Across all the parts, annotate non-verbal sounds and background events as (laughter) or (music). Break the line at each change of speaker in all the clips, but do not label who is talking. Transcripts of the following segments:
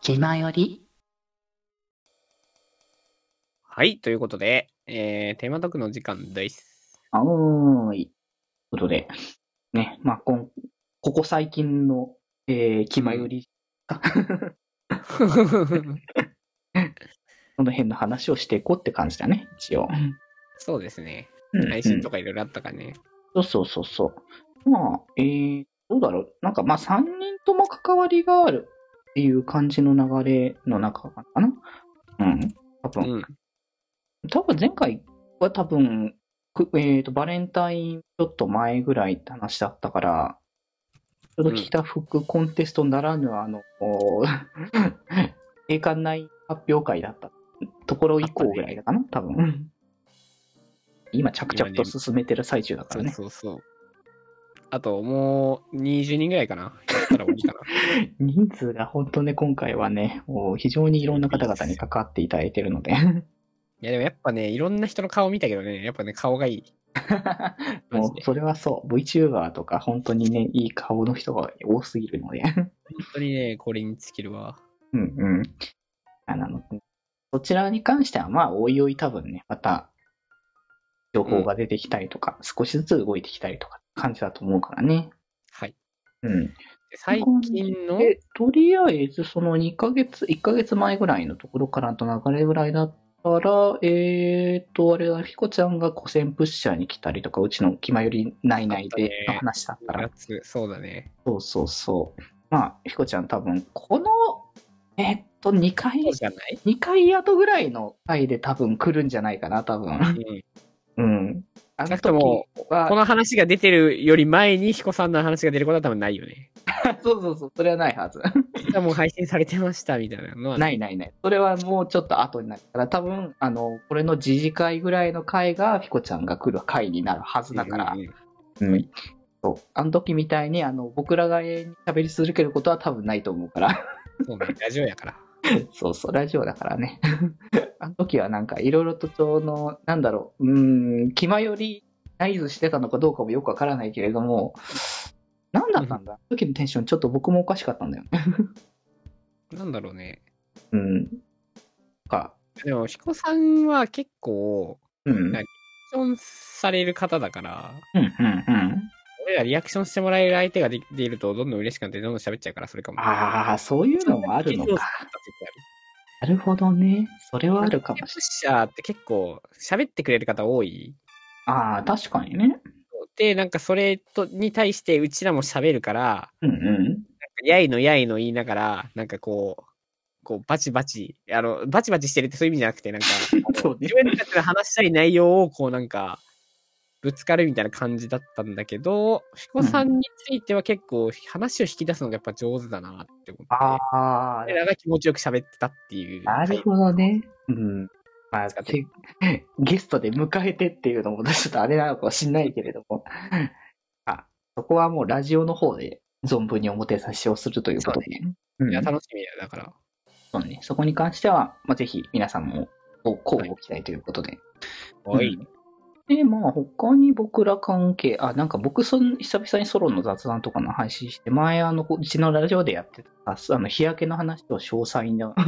気まより
はい、ということで、えー、テーマトークの時間 (laughs) です。
あおーい。ということで、ね、まあ、こん、ここ最近の、えー、気まより、この辺の話をしていこうって感じだね、一応。
そうですね。
うん
配信とかいろいろあったからね。
そうそうそうそう。まあ、えー、どうだろう。なんかまあ3人とも関わりがあるっていう感じの流れの中かな。うん。多
う
分、
ん。
多分前回は多分、くえー、と、バレンタインちょっと前ぐらいって話だったから、ちょうど着た服コンテストならぬ、あの、 (laughs) おー栄冠内発表会だったところ以降ぐらいだかな、多分。今着々と進めてる最中だか
そ
ら
う
ね。
そうそう。あと、もう20人ぐらいかな。やったら終わり (laughs) かな。
人数が本当ね、今回はね、もう非常にいろんな方々に関わっていただいてるので。
いや、でもやっぱね、いろんな人の顔見たけどね、やっぱね、顔がい (laughs) い。マ
も
ジ
う
で。
それはそう、VTuber とか本当にね、いい顔の人が多すぎるので。
本当にね、これに尽きるわ。
うんうん。あなのそちらに関しては、まあ、おいおい多分ね、また、情報が出てきたりとか、少しずつ動いてきたりとか感じだと思うからね。
はい。
うん。
で最近の、
で、とりあえず、その2ヶ月、1ヶ月前ぐらいのところからの流れぐらいだったら、えーと、あれは、ひこちゃんが古戦プッシャーに来たりとか、うちの気まよりないないでの話だったら、
夏、そうだね。
そうそうそう。まあ、ひこちゃん多分、この、えーっと、2回、
そうじゃない
2回後ぐらいの回で多分来るんじゃないかな、多分。
うん。
うん。あ
な
の
くとも
時は
こ、の話が出てるより前に、彦さんの話が出ることは多分ないよ (laughs) ね。
そうそうそう、それはないはず。
実はもう配信されてました、みたいなのは、
ないないない。それはもうちょっと後になるから、多分、あの、これの時事会ぐらいの回が、ピコちゃんが来る回になるはずだから
うん、うんうん
うん。そう。あの時みたいに、あの、僕らが永遠に喋り続けることは多分ないと思うから。
そうね、ラジオやから。
そうそう、ラジオだからね。 (laughs) あの時はなんか、いろいろとその、なんだろう、うーん、気まよりナイズしてたのかどうかもよくわからないけれども、なんだったんだあの時のテンション、ちょっと僕もおかしかったんだよね。
なんだろうね。
うん。か、
でも、彦さんは結構、
うん。うん、
なリアクションされる方だから、
うん、うん。
俺らリアクションしてもらえる相手ができていると、どんどん嬉しくなって、どんどん喋っちゃうから、それかも。
ああ、そういうのもあるの
そう
か。なるほどね。それはあるか
プ
も
ッ
しれ
シャーって結構、喋ってくれる方多い。
ない。ああ、確かにね。
で、なんかそれとに対して、うちらも喋るから、
うんうん。
やいのやいの言いながら、なんかこう、こうバチバチ、あの、バチバチしてるってそういう意味じゃなくて、なんか、
そうね
自。分たちの話したい内容を、こうなんか、ぶつかるみたいな感じだったんだけど、しこさんについては結構話を引き出すのがやっぱ上手だなって思って、
ああ、
彼らが気持ちよく喋ってたっていう。
なる
ど。
ほどね。うん。まあ、
使って
てゲストで迎えてっていうのも、ちょっとあれなのかもしんないけれど (laughs) も。あ、そこはもうラジオの方で存分におもてさしをするということで。うん
いや、楽しみだよ、だから。
そうね。そこに関しては、まあ、ぜひ皆さんも、こう、こうご期待ということで。
おい。
うん。で、まあ、他に僕ら関係、あ、なんか僕そん、久々にソロの雑談とかの配信して、前、あの、こううちのラジオでやってた、あの、日焼けの話と詳細な
はい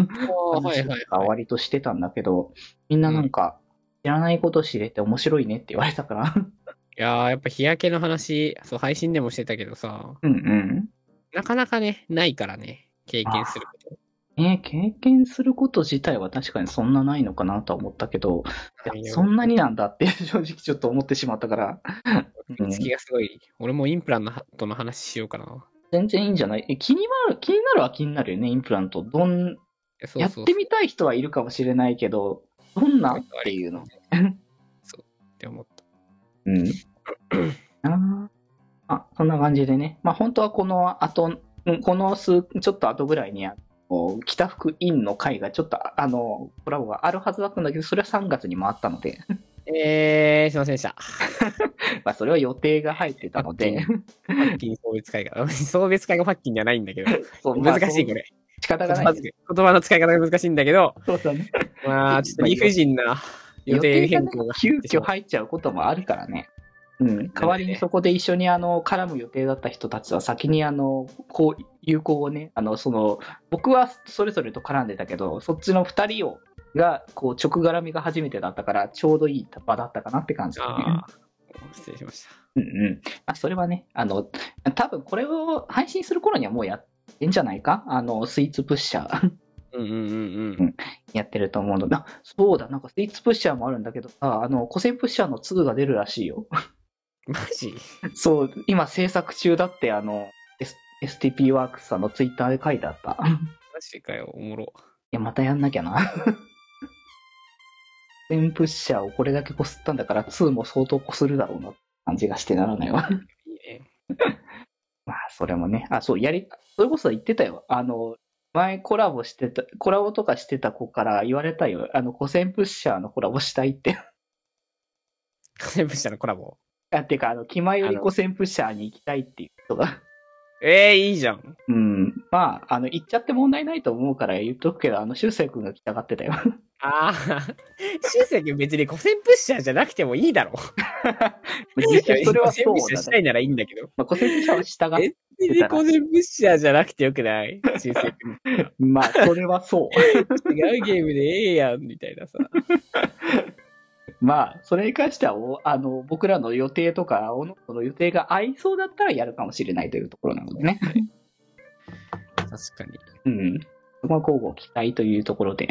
話と
はい
か
はい。
割としてたんだけど、みんななんか、知らないこと知れて面白いねって言われたから。
いやーやっぱ日焼けの話、そう、配信でもしてたけどさ、
うん
なかなかね、ないからね、経験すること。
うん。ね経験すること自体は確かにそんなないのかなとは思ったけど、いやそんなになんだって (laughs) 正直ちょっと思ってしまったから、うん
月がすごい。俺もインプラントの話しようかな。
全然いいんじゃないえ気になる、気になるは気になるよね、インプラント。どん、
えそう
やっ
そうそう
てみたい人はいるかもしれないけど、どんなっていうの。
そう。って思った。
うん。 (clears throat) あーあ、そんな感じでね。まあ本当はこの後、うんこの数、ちょっと後ぐらいに、あの北福院の会がちょっと、ああの、コラボがあるはずだったんだけど、それは3月にもあったので、 (laughs)
えー、すいませんでした。
まあそれは予定が入ってたので、
パッキン送別会が。 (laughs) 送別会がパッキンじゃないんだけど。
(laughs) そう (laughs) まあ
難しいこ
そう
れ。
仕方
言
がな
葉
い。
遣い言葉の使い方が難しいんだけど、
そうだね。 (laughs)
まあ、ちょっと理不尽な予定変更が
予定がね
入ってし
急
ま
遽
う
入っちゃうこともあるからね。うん、代わりにそこで一緒にあの絡む予定だった人たちは先にあのこう友好をねあのその僕はそれぞれと絡んでたけどそっちの2人をがこう直絡みが初めてだったからちょうどいい場だったかなって感じだね、
ああ、失礼しました。
うんうんあそれはねあの多分これを配信する頃にはもうやってんじゃないかあのスイーツプッシャー (laughs)
うんうんうん
うやってると思うのであそうだなんかスイーツプッシャーもあるんだけどさあの個性プッシャーの2が出るらしいよ
うん。マジ
そう、今制作中だって、あの、S、STP ワークスさんのツイッターで書いてあった。 (laughs) い
マジかよ、おもろ。
や、またやんなきゃな。 (laughs) テンプッシャーをこれだけこすったんだから、2も相当こするだろうなって感じがしてならないわ。 (laughs)
いいね。
まあ、それもね。あ、そう、やり、それこそ言ってたよ。あの、前コラボしてた、コラボとかしてた子から言われたよ。あの、古戦プッシャーのコラボしたいって。 (laughs)
風部社のコラボ。
あ、てか、あの、気前より
あの
古戦プッシャーに行きたいっていう人が。
ええいいじゃん。
うん。まあ、あの、言っちゃって問題ないと思うから言っとくけど、あの、修正くんが来たがってたよ。
ああ、 (laughs) しゅうせい君別に古戦プッシャーじゃなくてもいいだろ。
実際それはそう
古戦プッシャーし
だ
た
ね。
いならいいんだけど。
まあ、個性者は従っ
別 (laughs) に古戦プッシャーじゃなくてよくないしゅうせい
(laughs)
君。
まあ、それはそう。
違うゲームでええやん、みたいなさ。
まあ、それに関しては、おあの、僕らの予定とか、おのおの予定が合いそうだったらやるかもしれないというところなのでね。
確かに。
うん。そこは交互期待というところで。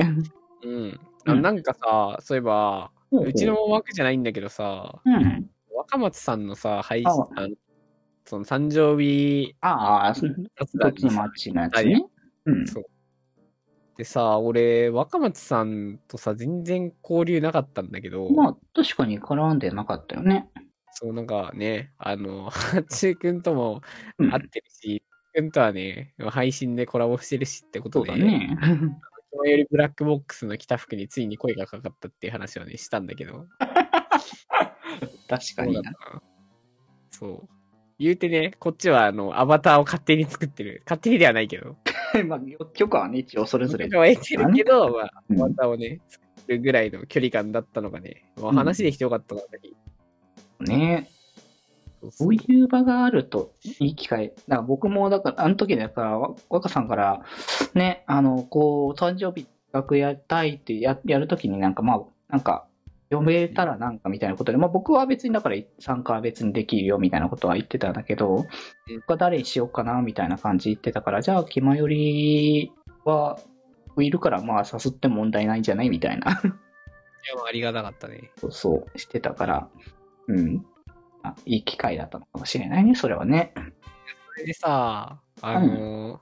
うん。あ
うん
なんかさ、そういえば、うちの枠じゃないんだけどさ、
うん。
若松さんのさ、配信、
あ
あのその誕生日
ああ、そ
雑
一
談
つ
に
のマッチのやつね。うん。
でさ、俺、若松さんとさ、全然交流なかったんだけど、
まあ、確かに絡んでなかったよね。
そうなんかね、あの、ハッチー君とも
うん
会ってるし、君とはね、配信でコラボしてるしってこ
そ
と
う
で、
だね。
昨日よりブラックボックスの北服についに声がかかったっていう話をね、したんだけど、
確か
そうだ
に
っ。たな。そう。言うてね、こっちはあの、アバターを勝手に作ってる。勝手にではないけど。
(laughs) まあ、許可はね、一応それぞれ。
は得てるけど、まあ、
う
アバ
ん
ターをね、作るぐらいの距離感だったのがね、まあ、
うん
話できてよかったな、ぜひ
ね
そうそ
こ
う
ういう場があるといい機会。だから僕も、だから、あの時だから、わ若さんから、ね、あの、こう、誕生日企画やりたいってややるときになんか、まあ、なんか、読めたらなんかみたいなことで、まあ僕は別にだから参加は別にできるよみたいなことは言ってたんだけど、僕は誰にしようかなみたいな感じ言ってたから、じゃあ、気まよりは、いるから、まあ、誘って問題ないんじゃないみたいな。
いやまあありがたかったね。
そうそう、してたから、うん。あ、いい機会だったのかもしれないね、それはね。
それでさ、あのー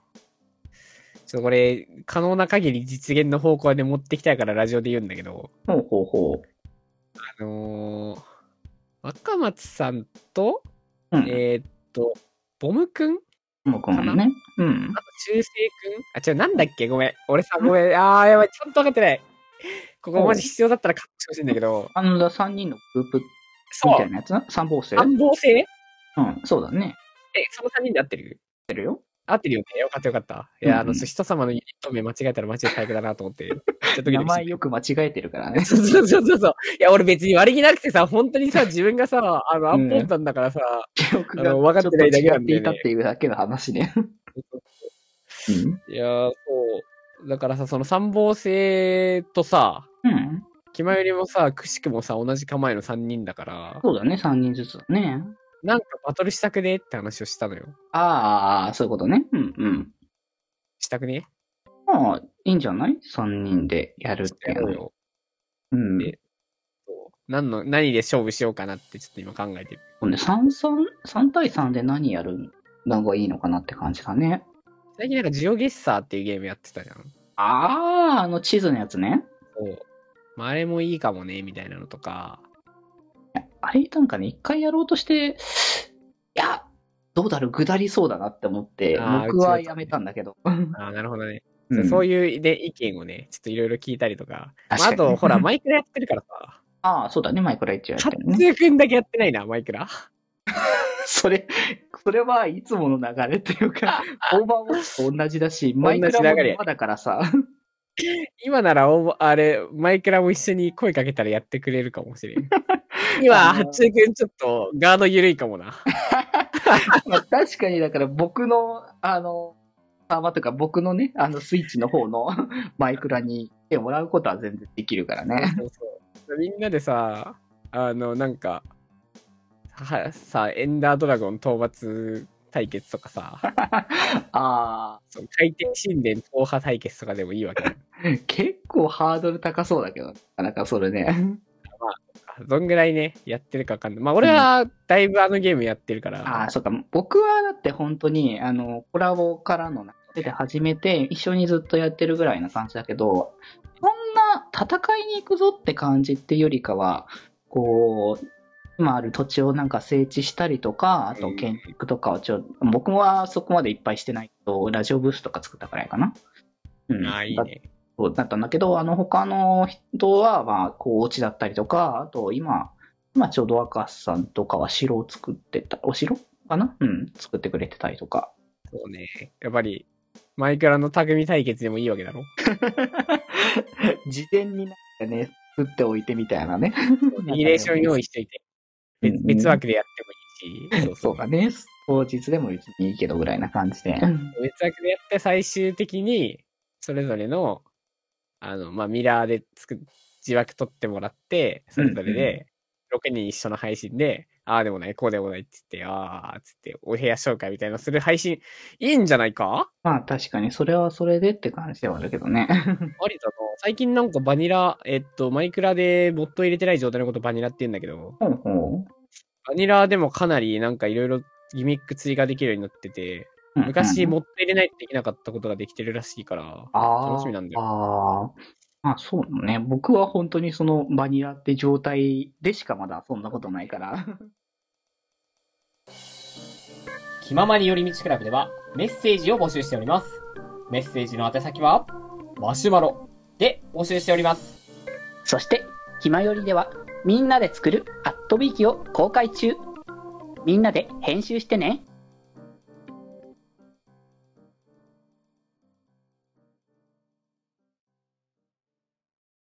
ちょっとこれ、可能な限り実現の方向で持ってきたいからラジオで言うんだけど、
ほうほうほ
あのー若松さんと、
う。うん。
えーっと、ボムくん
僕もね。うん
あ。と、中世くんあ、違う、なんだっけごめん。俺さ、ごめん。あー、やばい。ちゃんと分かってない。ここマジ必要だったらカットしてほしいんだけど、
あの、3人のグループみ
(laughs) そ
た
う
い。なやつな三方制う
暗暴性え、
ん、そうだね。
その3人で合ってる
てるよ。
合ってるよね。よかったよかった。いや、あ
うんう
の、
ん
そう人様のユニット名間違えたらマジで最悪だなと思って。ちょっとドキドキして
名前よく間違えてるからね。
そうそうそうそうそう。いや、俺別に悪気なくてさ、本当にさ、自分がさ、あの、アンポンタンだからさ、
記憶
あ
が
の分かってないだけなんだ
ちょ
よね
っと違っていたっていうだけの話ね。うん。
いやー、そう。だからさ、その参謀性とさ、
うん。
気まよりもさ、くしくもさ、同じ構えの3人だから、
そうだね、3人ずつだね。
なんかバトルしたくねって話をしたのよ。
ああ、そういうことね。うんうん。
したくね
まあ、いいんじゃない ?3 人でやるっ
ちょってと
いう
や
の
ろ
は
うよ。
うん。
でそう何の、何で勝負しようかなってちょっと今考えてる。
そうね、3、3、3対3で何やるのがいいのかなって感じだね。
最近なんかジオゲッサーっていうゲームやってたじゃん。
ああ、あの地図のやつね。
そう。まあ、あれもいいかもね、みたいなのとか。
あれ、なんかね、一回やろうとして、いや、どうだろう、下りそうだなって思って、
あー
僕は
うちだとね
やめたんだけど。
ああ、なるほどね。
うん
そういう、ね、意見をね、ちょっといろいろ聞いたりとか。まあ、あ
確かに
と、ほら、マイクラやってるからさ。
ああ、そうだね、マイクラ一応やっ
カ
てる
ッ
ね。
ツーくんだけやってないな、マイクラ。
それ、それはいつもの流れというか、
(laughs)
オーバーウォッチと同じだし、マイクラ
同じ
も
流れ
今だからさ、 (laughs)
今ならお、あれ、マイクラも一緒に声かけたらやってくれるかもしれん。今、
あの
八中君ちょっとガード緩いかもな。
まあ、確かに、だから僕の、あの、あ、まあ、というか僕のね、あの、スイッチの方の (laughs) マイクラに来てもらうことは全然できるからね。
そうそうみんなでさ、あの、なんか、はさ、エンダードラゴン討伐対決とかさ、 (laughs)
あ
そう海底神殿討破対決とかでもいいわけ。
あ、結構ハードル高そうだけど、なかなかそれね。
どんぐらいね、やってるかわかんない。まあ、俺はだいぶあのゲームやってるから。
ああ、そうか。僕はだって本当に、あの、コラボからの流れで始めて、一緒にずっとやってるぐらいな感じだけど、そんな戦いに行くぞって感じっていうよりかは、こう、今ある土地をなんか整地したりとか、あと建築とかをちょ、僕はそこまでいっぱいしてないけど、ラジオブースとか作ったくらいかな。うん。
ああいい
だ
ね。
そうだったんだけど、あの、他の人は、まあ、こう、お家だったりとか、あと、今、今ちょうど若狭さんとかは城を作ってた、お城かなうん、作ってくれてたりとか。 (laughs)
そうね。やっぱり、マイクラの匠対決でもいいわけ
(laughs)
だろ。
事前になんかね、作っておいてみたいなね。
(laughs) リレーション用意しといて、別
うん
別枠でやってもいいし、そう
(laughs) そうだね。当日でも別にいいけどぐらいな感じで。
別枠でやって最終的に、それぞれの、あの、まあ、ミラーで作っ、字枠取ってもらって、それぞれ
うん
で、6人一緒の配信で、ああでもない、こうでもないっつって、ああ、つって、お部屋紹介みたいなのする配信、いいんじゃないか
まあ、確かに、それはそれでって感じではあるけどね。
ありだな。最近なんかバニラ、えっと、マイクラでボット入れてない状態のことバニラって言うんだけど、
ほうほ
バニラでもかなりなんかいろいろギミック追加できるようになってて、
う。
昔ボット入れないとできなかったことができてるらしいから、
あー
楽しみなんだよ。
あーまあそうね。僕は本当にそのバニラって状態でしかまだ遊んだことないから。
気ままに寄り道クラブではメッセージを募集しております。メッセージの宛先は、マシュマロで募集しております。
(laughs) そして、ひまよりでは、みんなで作るアットビーキを公開中。みんなで編集してね。